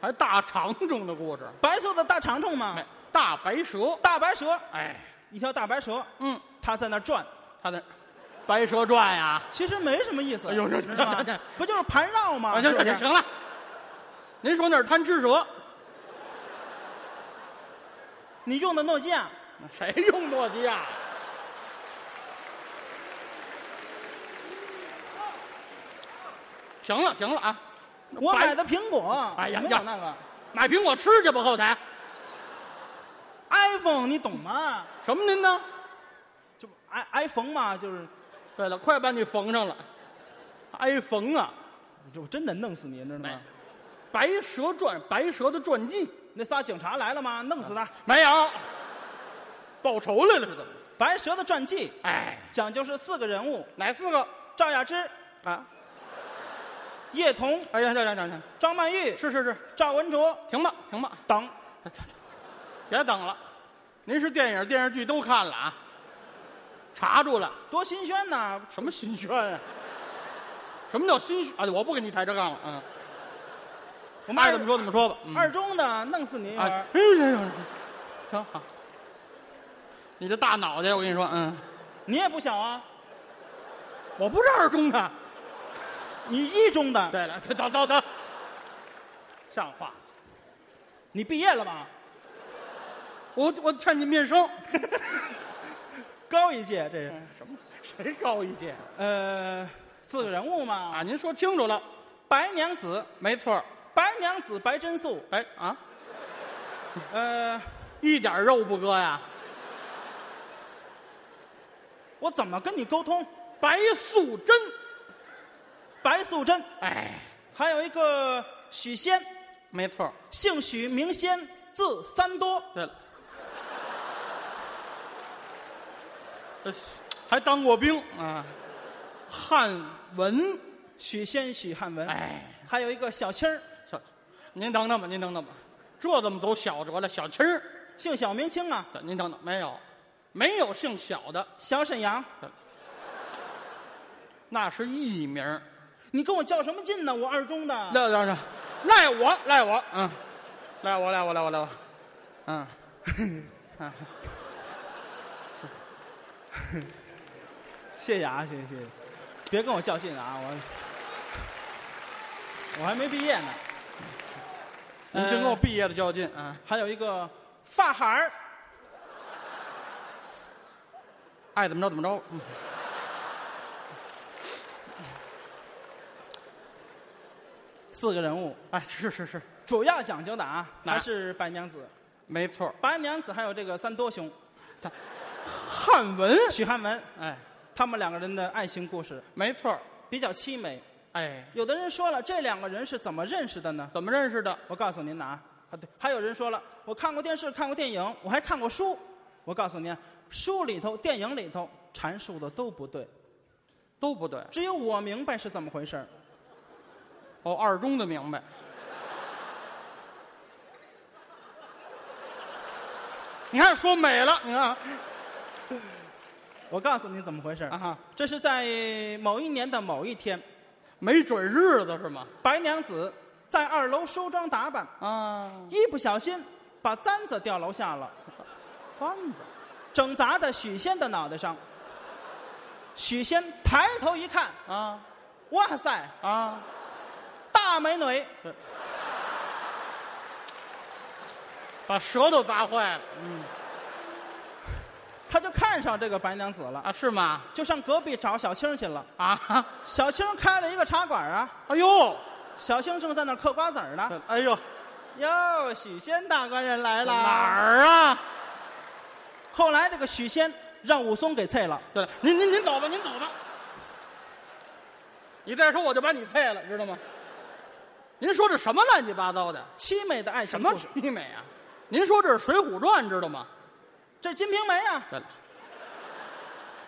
[SPEAKER 3] 还大长虫的故事，
[SPEAKER 2] 白色的大长虫嘛
[SPEAKER 3] 哎，，大白蛇，
[SPEAKER 2] 大白蛇，
[SPEAKER 3] 哎，
[SPEAKER 2] 一条大白蛇，
[SPEAKER 3] 嗯，
[SPEAKER 2] 它在那儿转，
[SPEAKER 3] 他的《白蛇传》呀，
[SPEAKER 2] 其实没什么意思。
[SPEAKER 3] 哎呦呦呦
[SPEAKER 2] 知道吗
[SPEAKER 3] 这哎这
[SPEAKER 2] 不就是盘绕吗？
[SPEAKER 3] 行
[SPEAKER 2] 是不
[SPEAKER 3] 行
[SPEAKER 2] 是
[SPEAKER 3] 行了，您说那是贪吃蛇，
[SPEAKER 2] 你用的诺基亚，
[SPEAKER 3] 谁用诺基亚？行了行了啊，
[SPEAKER 2] 我
[SPEAKER 3] 白
[SPEAKER 2] 买的苹果，
[SPEAKER 3] 哎呀
[SPEAKER 2] 没
[SPEAKER 3] 呀
[SPEAKER 2] 有那个
[SPEAKER 3] 买苹果吃去吧，后台
[SPEAKER 2] iPhone，你懂吗？
[SPEAKER 3] 什么您呢？
[SPEAKER 2] 就 i iPhone 嘛，就是
[SPEAKER 3] 对了，快把你缝上了，挨缝啊！
[SPEAKER 2] 就真得弄死你，知道
[SPEAKER 3] 没
[SPEAKER 2] 吗？
[SPEAKER 3] 《白蛇传》白蛇的传记
[SPEAKER 2] 那仨警察来了吗？弄死他！
[SPEAKER 3] 没有，报仇来了是怎么？
[SPEAKER 2] 白蛇的传记
[SPEAKER 3] 哎，
[SPEAKER 2] 讲究是四个人物：
[SPEAKER 3] 哪四个
[SPEAKER 2] 赵雅芝、
[SPEAKER 3] 啊？
[SPEAKER 2] 叶童、
[SPEAKER 3] 哎呀，行行行行，
[SPEAKER 2] 张曼玉、
[SPEAKER 3] 是是是，
[SPEAKER 2] 赵文卓
[SPEAKER 3] 停吧停吧，
[SPEAKER 2] 等。
[SPEAKER 3] 别等了，您是电影电视剧都看了啊？查住了，
[SPEAKER 2] 多新鲜呐！
[SPEAKER 3] 什么新宣啊？什么叫新宣？哎，我不跟你抬这杠了，嗯，
[SPEAKER 2] 我们
[SPEAKER 3] 爱
[SPEAKER 2] 二
[SPEAKER 3] 怎么说怎么说吧。嗯
[SPEAKER 2] 二中的弄死你一会
[SPEAKER 3] 哎，
[SPEAKER 2] 儿
[SPEAKER 3] 哎。行行行，行好，你这大脑袋，我跟你说，嗯，
[SPEAKER 2] 你也不小啊，
[SPEAKER 3] 我不是二中的。
[SPEAKER 2] 你一中的，
[SPEAKER 3] 对了，走走走，像话吗。
[SPEAKER 2] 你毕业了吧？
[SPEAKER 3] 我我劝你面生，哎
[SPEAKER 2] 高一届这是。
[SPEAKER 3] 什么谁高一届啊
[SPEAKER 2] 呃，四个人物嘛，
[SPEAKER 3] 啊？您说清楚了，
[SPEAKER 2] 白娘子、
[SPEAKER 3] 没错儿。
[SPEAKER 2] 白娘子、白贞素，
[SPEAKER 3] 哎啊，
[SPEAKER 2] 呃，
[SPEAKER 3] 一点肉不割呀？
[SPEAKER 2] 我怎么跟你沟通？
[SPEAKER 3] 白素贞，
[SPEAKER 2] 白素贞，
[SPEAKER 3] 哎，
[SPEAKER 2] 还有一个许仙，
[SPEAKER 3] 没错儿。
[SPEAKER 2] 姓许名仙，字三多，
[SPEAKER 3] 对了，呃还当过兵啊？汉文，
[SPEAKER 2] 许仙许汉文，
[SPEAKER 3] 哎，
[SPEAKER 2] 还有一个小青儿，
[SPEAKER 3] 小，您等等吧，您等等吧，这怎么走小辙了？小七儿，
[SPEAKER 2] 姓小名清啊，
[SPEAKER 3] 您等等，没有，没有姓小的，
[SPEAKER 2] 小沈阳，
[SPEAKER 3] 那是艺名儿。
[SPEAKER 2] 你跟我较什么劲呢？我二中的，
[SPEAKER 3] 那那那，赖我赖我，嗯，赖我赖我赖我赖我，嗯，啊
[SPEAKER 2] 谢谢啊，谢谢谢谢，别跟我较劲啊，我我还没毕业呢。呃
[SPEAKER 3] 您真跟我毕业的较劲啊！
[SPEAKER 2] 还有一个发孩儿，
[SPEAKER 3] 爱怎么着怎么着。嗯
[SPEAKER 2] 四个人物，
[SPEAKER 3] 哎，是是是，
[SPEAKER 2] 主要讲究的啊，
[SPEAKER 3] 哪
[SPEAKER 2] 还是白娘子，
[SPEAKER 3] 没错儿。
[SPEAKER 2] 白娘子还有这个三多兄
[SPEAKER 3] 他汉文，
[SPEAKER 2] 许汉文，
[SPEAKER 3] 哎，
[SPEAKER 2] 他们两个人的爱情故事
[SPEAKER 3] 没错儿。
[SPEAKER 2] 比较凄美。
[SPEAKER 3] 哎，
[SPEAKER 2] 有的人说了，这两个人是怎么认识的呢？
[SPEAKER 3] 怎么认识的？
[SPEAKER 2] 我告诉您呐、啊，啊，对，还有人说了，我看过电视，看过电影，我还看过书。我告诉您，啊书里头、电影里头阐述的都不对，
[SPEAKER 3] 都不对。
[SPEAKER 2] 只有我明白是怎么回事儿。
[SPEAKER 3] 哦，二中的明白。 你看，说美了，你看
[SPEAKER 2] 我告诉你怎么回事儿
[SPEAKER 3] 啊，哈，
[SPEAKER 2] 这是在某一年的某一天，
[SPEAKER 3] 没准日子是吗？
[SPEAKER 2] 白娘子在二楼梳妆打扮，
[SPEAKER 3] 啊，
[SPEAKER 2] 一不小心把簪子掉楼下了，
[SPEAKER 3] 簪子，
[SPEAKER 2] 整砸在许仙的脑袋上。许仙抬头一看，
[SPEAKER 3] 啊
[SPEAKER 2] 哇塞，
[SPEAKER 3] 啊，
[SPEAKER 2] 大美女！
[SPEAKER 3] 把舌头砸坏了。嗯
[SPEAKER 2] 他就看上这个白娘子了，
[SPEAKER 3] 啊，是吗？
[SPEAKER 2] 就上隔壁找小青去了。
[SPEAKER 3] 啊，哈
[SPEAKER 2] 小青开了一个茶馆啊，
[SPEAKER 3] 哎呦，
[SPEAKER 2] 小青正在那儿嗑瓜子儿呢。
[SPEAKER 3] 哎呦，
[SPEAKER 2] 哟，许仙大官人来了！
[SPEAKER 3] 哪儿啊？
[SPEAKER 2] 后来这个许仙让武松给啐了。
[SPEAKER 3] 对了，您您您走吧，您走吧。你再说我就把你废了，知道吗？您说这什么乱七八糟的？
[SPEAKER 2] 凄美的爱情
[SPEAKER 3] 什么
[SPEAKER 2] 故事
[SPEAKER 3] 凄美啊？您说这是《水浒传》，知道吗？
[SPEAKER 2] 这是《金瓶梅》啊，
[SPEAKER 3] 对了，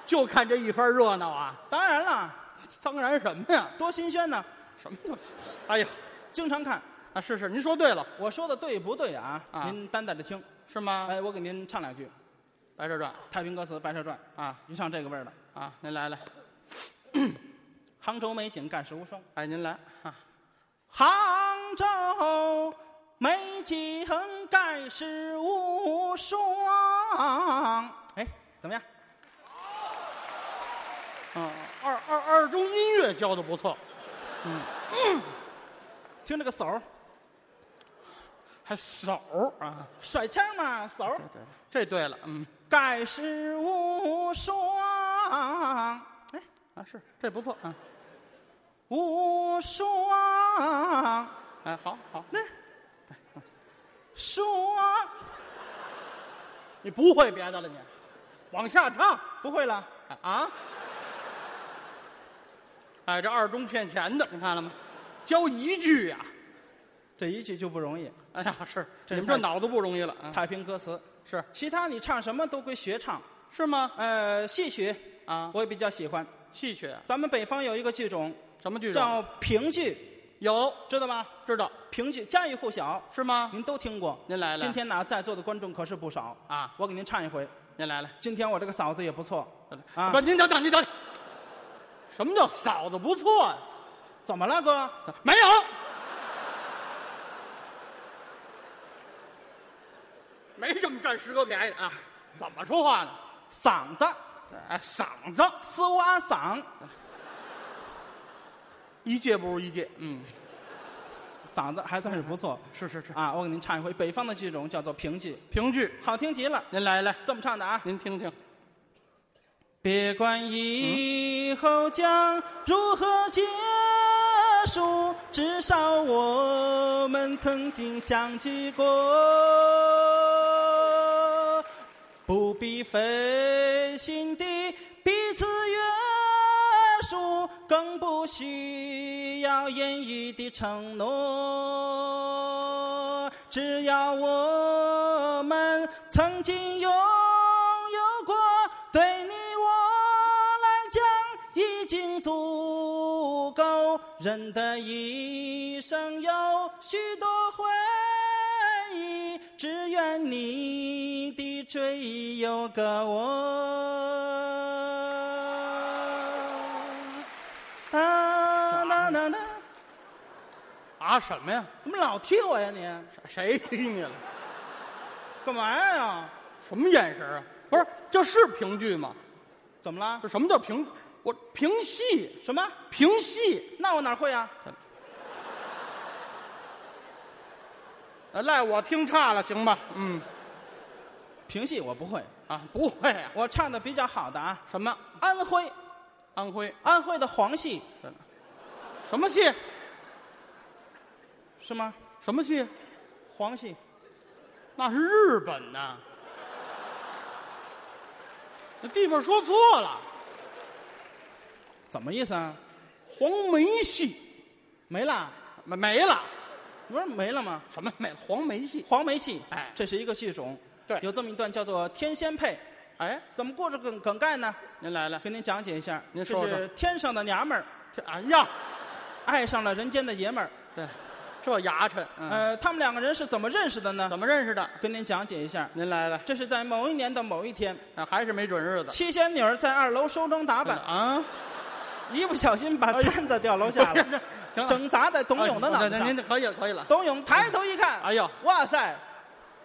[SPEAKER 3] 就看这一番热闹啊！
[SPEAKER 2] 当然了，
[SPEAKER 3] 当然什么呀？
[SPEAKER 2] 多新鲜呢，
[SPEAKER 3] 什么都，哎呀，
[SPEAKER 2] 经常看。
[SPEAKER 3] 啊是是，您说对了，
[SPEAKER 2] 我说的对不对啊？
[SPEAKER 3] 啊
[SPEAKER 2] 您担待着听。
[SPEAKER 3] 是吗？
[SPEAKER 2] 哎，我给您唱两句《
[SPEAKER 3] 白蛇传
[SPEAKER 2] 太平歌词·白蛇传》，》
[SPEAKER 3] 啊
[SPEAKER 2] 您唱这个味儿的。
[SPEAKER 3] 啊，您来来，
[SPEAKER 2] 杭州美景盖世无双，
[SPEAKER 3] 哎您来啊，
[SPEAKER 2] 杭州美景盖世无双。哎，怎么样？
[SPEAKER 3] 嗯，二二二中音乐教的不错，
[SPEAKER 2] 听这个手儿
[SPEAKER 3] 还手儿啊，
[SPEAKER 2] 甩腔嘛，手儿
[SPEAKER 3] 对对，这对了，嗯
[SPEAKER 2] 盖世无双。哎，
[SPEAKER 3] 啊是，这不错啊，
[SPEAKER 2] 无双
[SPEAKER 3] 哎好好，
[SPEAKER 2] 说，
[SPEAKER 3] 你不会别的了你，往下唱
[SPEAKER 2] 不会了。
[SPEAKER 3] 啊，哎这二中骗钱的，你看了吗？教一句呀、
[SPEAKER 2] 这一句就不容易，
[SPEAKER 3] 哎呀是，
[SPEAKER 2] 这
[SPEAKER 3] 你
[SPEAKER 2] 是
[SPEAKER 3] 们这
[SPEAKER 2] 太
[SPEAKER 3] 脑子不容易了啊，
[SPEAKER 2] 太平歌词，
[SPEAKER 3] 是
[SPEAKER 2] 其他你唱什么都归学唱。
[SPEAKER 3] 是吗？
[SPEAKER 2] 呃，戏曲
[SPEAKER 3] 啊，
[SPEAKER 2] 我也比较喜欢。
[SPEAKER 3] 戏曲啊
[SPEAKER 2] 咱们北方有一个剧种
[SPEAKER 3] 什么剧种？
[SPEAKER 2] 叫评剧，
[SPEAKER 3] 有
[SPEAKER 2] 知道吗？
[SPEAKER 3] 知道
[SPEAKER 2] 评剧家喻户晓，
[SPEAKER 3] 是吗？
[SPEAKER 2] 您都听过。
[SPEAKER 3] 您来了
[SPEAKER 2] 今天呢，在座的观众可是不少
[SPEAKER 3] 啊，
[SPEAKER 2] 我给您唱一回。
[SPEAKER 3] 您来了
[SPEAKER 2] 今天我这个嫂子也不错，啊
[SPEAKER 3] 不，您等等，您等等，什么叫嫂子不错呀、
[SPEAKER 2] 怎么了哥？
[SPEAKER 3] 没有，没这么占十个便宜啊！怎么说话呢？
[SPEAKER 2] 嗓子，
[SPEAKER 3] 哎，嗓子
[SPEAKER 2] 丝袜嗓，
[SPEAKER 3] 一届不如一届，嗯，
[SPEAKER 2] 嗓子还算是不错
[SPEAKER 3] 是是是，
[SPEAKER 2] 啊。我给您唱一回北方的剧种，叫做评剧，
[SPEAKER 3] 评剧，
[SPEAKER 2] 好听极了。
[SPEAKER 3] 您来来，
[SPEAKER 2] 这么唱的啊。
[SPEAKER 3] 您听听，
[SPEAKER 2] 别管以后将如何结束，至少我们曾经相聚过。不必费心地彼此约束，更不需要言语的承诺。只要我们曾经拥有过，对你我来讲已经足够。人的一生有许多回忆，只愿你的追忆有个我。啊啦啦啦！
[SPEAKER 3] 啊什么呀？
[SPEAKER 2] 怎么老踢我呀你？
[SPEAKER 3] 谁踢你了？
[SPEAKER 2] 干嘛呀？
[SPEAKER 3] 什么眼神啊？不是，这是评剧吗？
[SPEAKER 2] 怎么了
[SPEAKER 3] 这？什么叫评？我评戏，
[SPEAKER 2] 什么？
[SPEAKER 3] 评戏，
[SPEAKER 2] 那我哪会啊？
[SPEAKER 3] 呃赖我听差了，行吧？嗯，
[SPEAKER 2] 评戏我不会，
[SPEAKER 3] 啊，不会啊，
[SPEAKER 2] 我唱的比较好的啊，
[SPEAKER 3] 什么
[SPEAKER 2] 安徽，
[SPEAKER 3] 安徽？呃
[SPEAKER 2] 安徽的黄戏
[SPEAKER 3] 什么戏？
[SPEAKER 2] 是吗？
[SPEAKER 3] 什么戏？
[SPEAKER 2] 黄戏，
[SPEAKER 3] 那是日本呐，那地方说错了，
[SPEAKER 2] 怎么意思啊？
[SPEAKER 3] 黄梅戏
[SPEAKER 2] 没啦，
[SPEAKER 3] 没没了，
[SPEAKER 2] 不是没了吗？
[SPEAKER 3] 什么梅黄梅戏？
[SPEAKER 2] 黄梅戏，
[SPEAKER 3] 哎
[SPEAKER 2] 这是一个戏种。
[SPEAKER 3] 对
[SPEAKER 2] 有这么一段叫做《天仙配》，
[SPEAKER 3] 哎，
[SPEAKER 2] 怎么过这梗梗概呢？
[SPEAKER 3] 您来了，
[SPEAKER 2] 跟您讲解一下。
[SPEAKER 3] 哎您说说
[SPEAKER 2] 这是天上的娘们儿
[SPEAKER 3] 这哎呀，
[SPEAKER 2] 爱上了人间的爷们儿。
[SPEAKER 3] 对，这牙碜，嗯，
[SPEAKER 2] 呃，他们两个人是怎么认识的呢？
[SPEAKER 3] 怎么认识的？
[SPEAKER 2] 跟您讲解一下。
[SPEAKER 3] 您来了，
[SPEAKER 2] 这是在某一年的某一天，
[SPEAKER 3] 啊还是没准日子？
[SPEAKER 2] 七仙女儿在二楼收灯打板，
[SPEAKER 3] 啊，
[SPEAKER 2] 一不小心把
[SPEAKER 3] 哎呀
[SPEAKER 2] 簪子掉楼下
[SPEAKER 3] 不是
[SPEAKER 2] 了，
[SPEAKER 3] 行了，
[SPEAKER 2] 整砸在董永的脑
[SPEAKER 3] 哎
[SPEAKER 2] 袋
[SPEAKER 3] 那那您
[SPEAKER 2] 上。
[SPEAKER 3] 这可以了，可以了。
[SPEAKER 2] 董永抬头一看，
[SPEAKER 3] 哎呦，
[SPEAKER 2] 哇塞，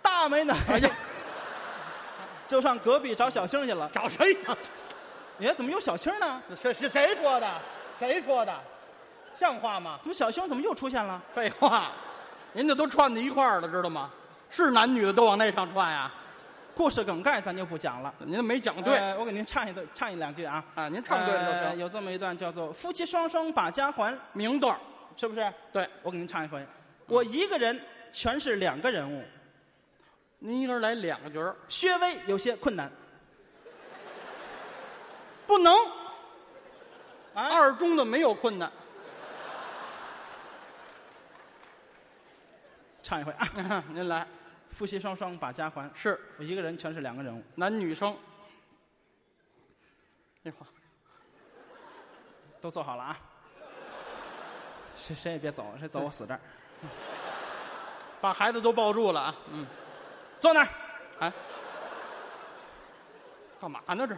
[SPEAKER 2] 大美女，
[SPEAKER 3] 哎呀，
[SPEAKER 2] 就上隔壁找小星去了。
[SPEAKER 3] 找谁呀？
[SPEAKER 2] 哎，怎么有小星呢？
[SPEAKER 3] 是是谁说的？谁说的？像话吗？
[SPEAKER 2] 怎么小星怎么又出现了？
[SPEAKER 3] 废话，您这都串在一块儿了，知道吗？是男女的都往那上串呀、
[SPEAKER 2] 故事梗概咱就不讲了。
[SPEAKER 3] 您没讲嗯对、
[SPEAKER 2] 呃我给您唱一段，唱一两句啊。
[SPEAKER 3] 啊，您唱对了就
[SPEAKER 2] 呃
[SPEAKER 3] 行。
[SPEAKER 2] 有这么一段叫做“夫妻双双把家还
[SPEAKER 3] 明段儿”，
[SPEAKER 2] 是不是？
[SPEAKER 3] 对，
[SPEAKER 2] 我给您唱一回。
[SPEAKER 3] 嗯
[SPEAKER 2] 我一个人全是两个人物，
[SPEAKER 3] 您一个人来两个角儿，
[SPEAKER 2] 略微有些困难。哎
[SPEAKER 3] 不能、
[SPEAKER 2] 啊
[SPEAKER 3] 二中的没有困难。
[SPEAKER 2] 唱一回啊！
[SPEAKER 3] 您来
[SPEAKER 2] 夫妻双双把家还，
[SPEAKER 3] 是
[SPEAKER 2] 我一个人全是两个人物。
[SPEAKER 3] 男女生。哎话
[SPEAKER 2] 都坐好了啊！谁谁也别走，谁走我死这儿。
[SPEAKER 3] 把孩子都抱住了啊，嗯，
[SPEAKER 2] 坐那儿，
[SPEAKER 3] 哎，干嘛呢这儿？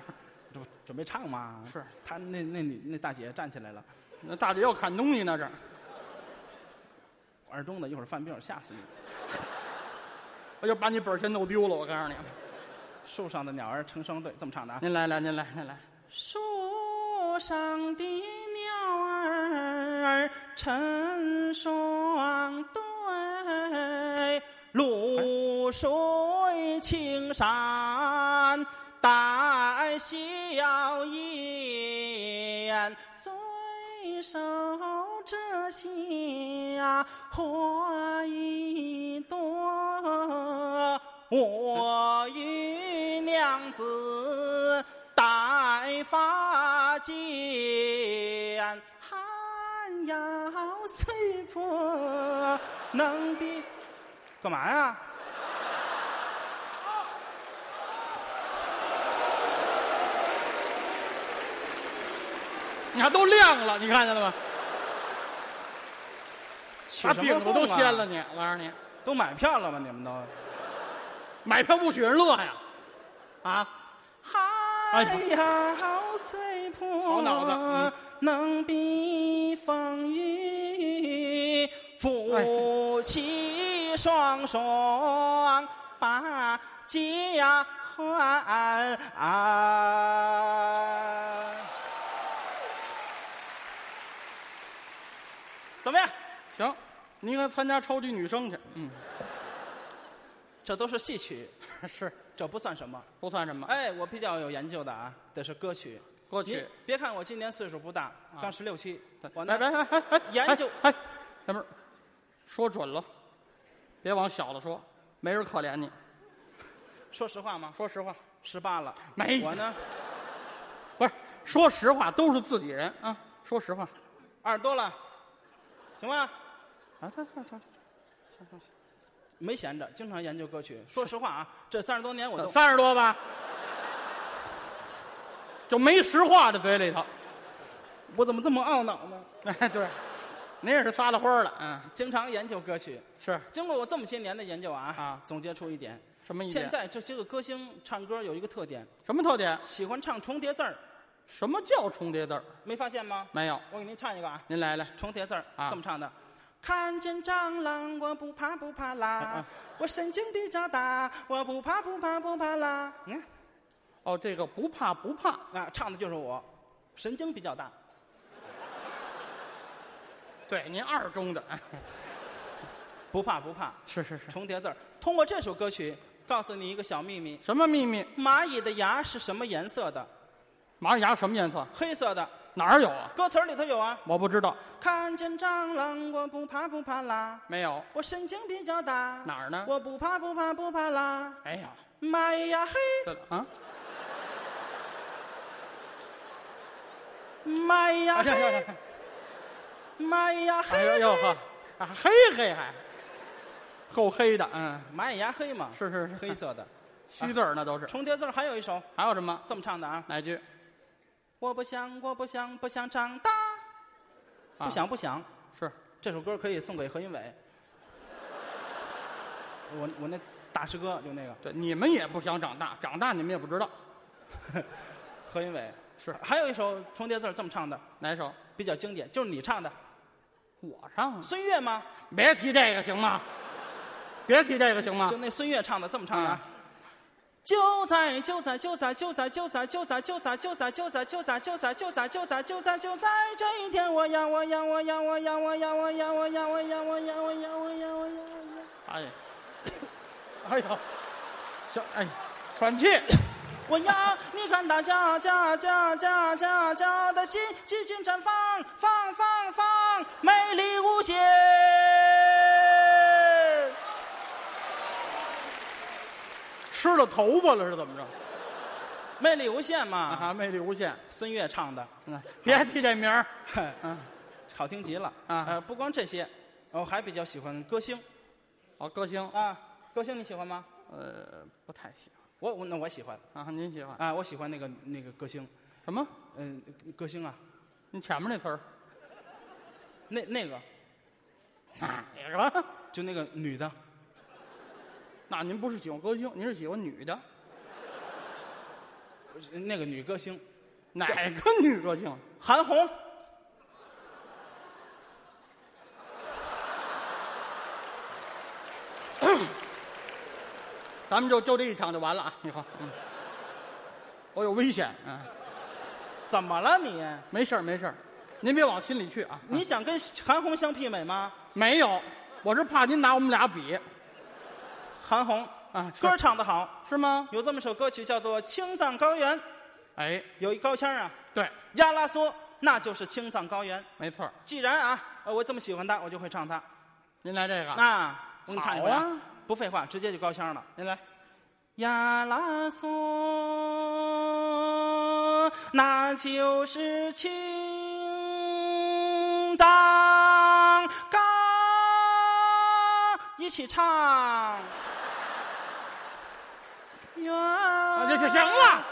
[SPEAKER 2] 这不准备唱吗？
[SPEAKER 3] 是
[SPEAKER 2] 他那那女那大姐站起来了，
[SPEAKER 3] 那大姐要砍东西呢这儿。
[SPEAKER 2] 耳中的一会儿犯病吓死你。
[SPEAKER 3] 我哎就把你本儿先弄丢了，我告诉你。
[SPEAKER 2] 树上的鸟儿成双对，这么唱的啊。
[SPEAKER 3] 您来来，您来您来，
[SPEAKER 2] 树上的鸟儿成双对，露水青山带笑颜，随手摘下花一朵。啊我与娘子戴发间，寒窑碎破能比干嘛呀？
[SPEAKER 3] 你看都亮了，你看见了吗？
[SPEAKER 2] 取
[SPEAKER 3] 把
[SPEAKER 2] 什么
[SPEAKER 3] 顶子都
[SPEAKER 2] 供啊
[SPEAKER 3] 掀了你，我告诉你，
[SPEAKER 2] 都买票了吗？你们都？
[SPEAKER 3] 买票不许人乐呀，啊，哎
[SPEAKER 2] 寒窑碎破，
[SPEAKER 3] 好脑子嗯
[SPEAKER 2] 能避风雨。夫妻哎双双把家还。啊怎么样？
[SPEAKER 3] 行，你应该参加超级女声去，嗯，
[SPEAKER 2] 这都是戏曲，
[SPEAKER 3] 是
[SPEAKER 2] 这不算什么。
[SPEAKER 3] 不算什么，
[SPEAKER 2] 哎，我比较有研究的啊，这是歌曲。
[SPEAKER 3] 过
[SPEAKER 2] 您
[SPEAKER 3] 去。啊
[SPEAKER 2] 别看我今年岁数不大，刚十六七，我
[SPEAKER 3] 来
[SPEAKER 2] 那
[SPEAKER 3] 来来来来，
[SPEAKER 2] 研究
[SPEAKER 3] 哎哎，哎哥们儿，说准了，别往小了说，没人可怜你。
[SPEAKER 2] 说实话吗？
[SPEAKER 3] 说实话，
[SPEAKER 2] 十八了，
[SPEAKER 3] 没
[SPEAKER 2] 我呢，
[SPEAKER 3] 不是说实话，都是自己人啊。说实话，
[SPEAKER 2] 二十多了，行吧？
[SPEAKER 3] 啊，他他他
[SPEAKER 2] 没闲着，经常研究歌曲。说实话啊，这三十多年我
[SPEAKER 3] 他，
[SPEAKER 2] 都
[SPEAKER 3] 三十多吧，就没实话在嘴里头。
[SPEAKER 2] 我怎么这么懊恼呢？
[SPEAKER 3] 哎，对，您也是撒了欢儿了，嗯，
[SPEAKER 2] 经常研究歌曲，
[SPEAKER 3] 是
[SPEAKER 2] 经过我这么些年的研究啊，
[SPEAKER 3] 啊
[SPEAKER 2] 总结出一点，
[SPEAKER 3] 什么意见？
[SPEAKER 2] 现在这些个歌星唱歌有一个特点，
[SPEAKER 3] 什么特点？
[SPEAKER 2] 喜欢唱重叠字儿，
[SPEAKER 3] 什么叫重叠字儿？
[SPEAKER 2] 没发现吗？
[SPEAKER 3] 没有，
[SPEAKER 2] 我给您唱一个啊，
[SPEAKER 3] 您来来，
[SPEAKER 2] 重叠字儿
[SPEAKER 3] 啊
[SPEAKER 2] 这么唱的。看见蟑螂我不怕不怕啦
[SPEAKER 3] 啊，
[SPEAKER 2] 我神经比较大，我不怕不怕不怕啦。嗯，
[SPEAKER 3] 哦，这个不怕不怕，
[SPEAKER 2] 啊，唱的就是我，神经比较大。
[SPEAKER 3] 对，您二中的，哎
[SPEAKER 2] 不怕不怕，
[SPEAKER 3] 是是是，
[SPEAKER 2] 重叠字儿。通过这首歌曲，告诉你一个小秘密：
[SPEAKER 3] 什么秘密？
[SPEAKER 2] 蚂蚁的牙是什么颜色的？
[SPEAKER 3] 蚂蚁牙什么颜色？
[SPEAKER 2] 黑色的。
[SPEAKER 3] 哪儿有啊？
[SPEAKER 2] 歌词儿里头有啊。
[SPEAKER 3] 我不知道，
[SPEAKER 2] 看见蟑螂我不怕不怕啦，
[SPEAKER 3] 没有，
[SPEAKER 2] 我神经比较大。
[SPEAKER 3] 哪儿呢？哎
[SPEAKER 2] 我不怕不怕不怕啦。
[SPEAKER 3] 没有，
[SPEAKER 2] 妈呀嘿，
[SPEAKER 3] 对了啊，
[SPEAKER 2] 妈呀
[SPEAKER 3] 哎呀
[SPEAKER 2] 嘿，
[SPEAKER 3] 呀呀
[SPEAKER 2] 妈呀
[SPEAKER 3] 哎
[SPEAKER 2] 嘿，
[SPEAKER 3] 呦呦呵，啊嘿嘿还，厚黑的，嗯，
[SPEAKER 5] 马眼牙黑嘛，
[SPEAKER 3] 是是是，
[SPEAKER 5] 黑色的。
[SPEAKER 3] 虚字儿那都是。
[SPEAKER 5] 重叠字儿还有一首
[SPEAKER 3] 还有什么？
[SPEAKER 5] 这么唱的啊，
[SPEAKER 3] 哪句？
[SPEAKER 5] 我不想，我不想，不想长大，
[SPEAKER 3] 啊
[SPEAKER 5] 不想不想。
[SPEAKER 3] 是
[SPEAKER 5] 这首歌可以送给何云伟。我我那大师哥就那个
[SPEAKER 3] 对，你们也不想长大，长大你们也不知道
[SPEAKER 5] 何云伟
[SPEAKER 3] 是
[SPEAKER 5] 还有一首重叠字儿这么唱的，
[SPEAKER 3] 哪首。
[SPEAKER 5] 比较经典，就是你唱的
[SPEAKER 3] 我上，
[SPEAKER 5] 孙悦吗？
[SPEAKER 3] 别提这个行吗？别提这个行吗
[SPEAKER 5] 就？那孙悦唱的，这么唱的啊。就在就在就在就在就在就在就在就在就在就在就在就在就在就在就在这一天，我呀我呀我呀我呀我呀我呀我呀我呀我呀我呀我呀我呀我呀，
[SPEAKER 3] 哎， 哎呦，小哎，喘气，
[SPEAKER 5] 我呀！你看大家家家家家家的心激情绽放，放放放，美丽无
[SPEAKER 3] 啊
[SPEAKER 5] 限。
[SPEAKER 3] 吃了头发了是怎么着？
[SPEAKER 5] 魅力无限
[SPEAKER 3] 啊
[SPEAKER 5] 嘛，
[SPEAKER 3] 哈，魅力无限。
[SPEAKER 5] 孙悦唱的，
[SPEAKER 3] 嗯，别提这名儿，
[SPEAKER 5] 哼好听极了
[SPEAKER 3] 啊
[SPEAKER 5] 呃，不光这些，我还比较喜欢歌星
[SPEAKER 3] 哦，歌星，
[SPEAKER 5] 啊，歌星你喜欢吗？
[SPEAKER 3] 呃，不太喜
[SPEAKER 5] 我我那我喜欢
[SPEAKER 3] 欢啊。您喜欢
[SPEAKER 5] 啊，我喜欢那个那个歌星，
[SPEAKER 3] 什么？
[SPEAKER 5] 嗯，歌星啊，
[SPEAKER 3] 你前面那词儿，
[SPEAKER 5] 那那个
[SPEAKER 3] 哪个？
[SPEAKER 5] 就那个女的，
[SPEAKER 3] 那您不是喜欢歌星，您是喜欢女的？
[SPEAKER 5] 那个女歌星
[SPEAKER 3] 哪个女歌星？
[SPEAKER 5] 韩红，
[SPEAKER 3] 咱们就就这一场就完了啊！以后，嗯，我有危险，嗯，
[SPEAKER 5] 怎么了你？
[SPEAKER 3] 没事儿没事儿，您别往心里去啊。
[SPEAKER 5] 你想跟韩红相媲美吗？
[SPEAKER 3] 没有，我是怕您拿我们俩比
[SPEAKER 5] 韩红
[SPEAKER 3] 啊，
[SPEAKER 5] 歌
[SPEAKER 3] 是
[SPEAKER 5] 唱得好，
[SPEAKER 3] 是吗？
[SPEAKER 5] 有这么首歌曲叫做《青藏高原》，
[SPEAKER 3] 哎，
[SPEAKER 5] 有一高腔啊，
[SPEAKER 3] 对，
[SPEAKER 5] 亚拉索，那就是青藏高原。
[SPEAKER 3] 没错儿，
[SPEAKER 5] 既然啊，呃我这么喜欢他，我就会唱他。
[SPEAKER 3] 您来这个，
[SPEAKER 5] 那我给你唱一回
[SPEAKER 3] 好
[SPEAKER 5] 啊
[SPEAKER 3] 啊，
[SPEAKER 5] 不废话，直接就高腔了。
[SPEAKER 3] 您来，
[SPEAKER 5] 呀啦嗦，那就是青藏高，一起唱。呀，
[SPEAKER 3] 啊，就就行了。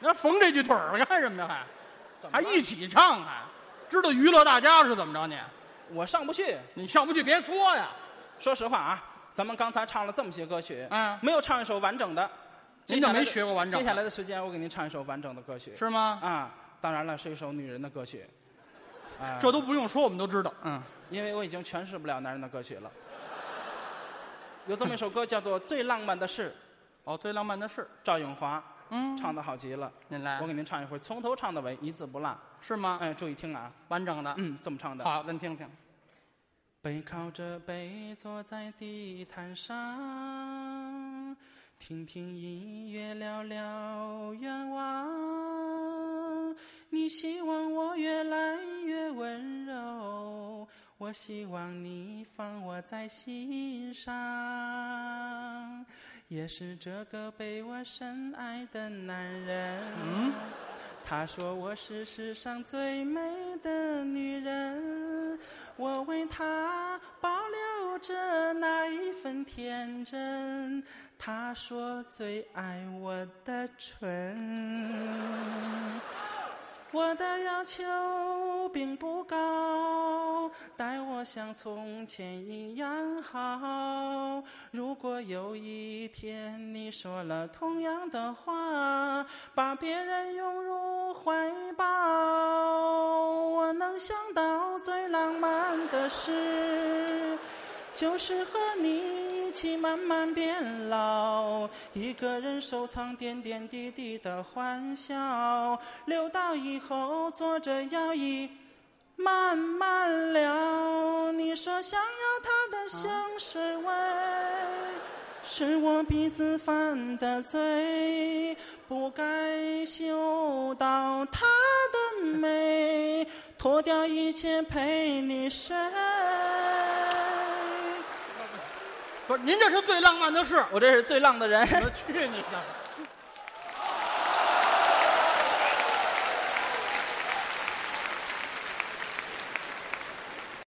[SPEAKER 3] 那缝这句腿儿干什么呀？
[SPEAKER 5] 怎
[SPEAKER 3] 还
[SPEAKER 5] 么
[SPEAKER 3] 还
[SPEAKER 5] 了
[SPEAKER 3] 一起唱还、知道娱乐大家是怎么着你？
[SPEAKER 5] 我上不去。
[SPEAKER 3] 你上不去别说呀，
[SPEAKER 5] 说实话啊，咱们刚才唱了这么些歌曲，
[SPEAKER 3] 嗯
[SPEAKER 5] 没有唱一首完整的。
[SPEAKER 3] 您
[SPEAKER 5] 接
[SPEAKER 3] 怎
[SPEAKER 5] 下来的
[SPEAKER 3] 么没学过完整的
[SPEAKER 5] 接下来的时间，我给您唱一首完整的歌曲。
[SPEAKER 3] 是吗？
[SPEAKER 5] 啊，当然了，是一首女人的歌曲。啊，
[SPEAKER 3] 这都不用说，我们都知道。嗯，
[SPEAKER 5] 因为我已经诠释不了男人的歌曲了。有这么一首歌叫做《最浪漫的事
[SPEAKER 3] 哦，最浪漫的事，》，
[SPEAKER 5] 赵咏华
[SPEAKER 3] 嗯，
[SPEAKER 5] 唱的好极了。
[SPEAKER 3] 您来
[SPEAKER 5] 我给您唱一回，从头唱到尾，一字不落。
[SPEAKER 3] 是吗？
[SPEAKER 5] 哎，注意听啊，
[SPEAKER 3] 完整的，
[SPEAKER 5] 嗯，这么唱的。
[SPEAKER 3] 好，咱听听。
[SPEAKER 5] 背靠着背坐在地毯上，听听音乐，聊聊愿望。你希望我越来越温柔，我希望你放我在心上。也是这个被我深爱的男人。他说我是世上最美的女人，我为他保留着那一份天真。他说最爱我的唇。我的要求并不高，待我像从前一样好。如果有一天你说了同样的话，把别人拥入怀抱，我能想到最浪漫的事。就是和你一起慢慢变老，一个人收藏点点滴滴的欢笑，留到以后坐着摇椅慢慢聊。你说想要他的香水味，是我鼻子犯的罪，不该嗅到她的美，脱掉一切陪你睡。
[SPEAKER 3] 不是，您这是最浪漫的事。
[SPEAKER 5] 我这是最浪的人，
[SPEAKER 3] 我去你的！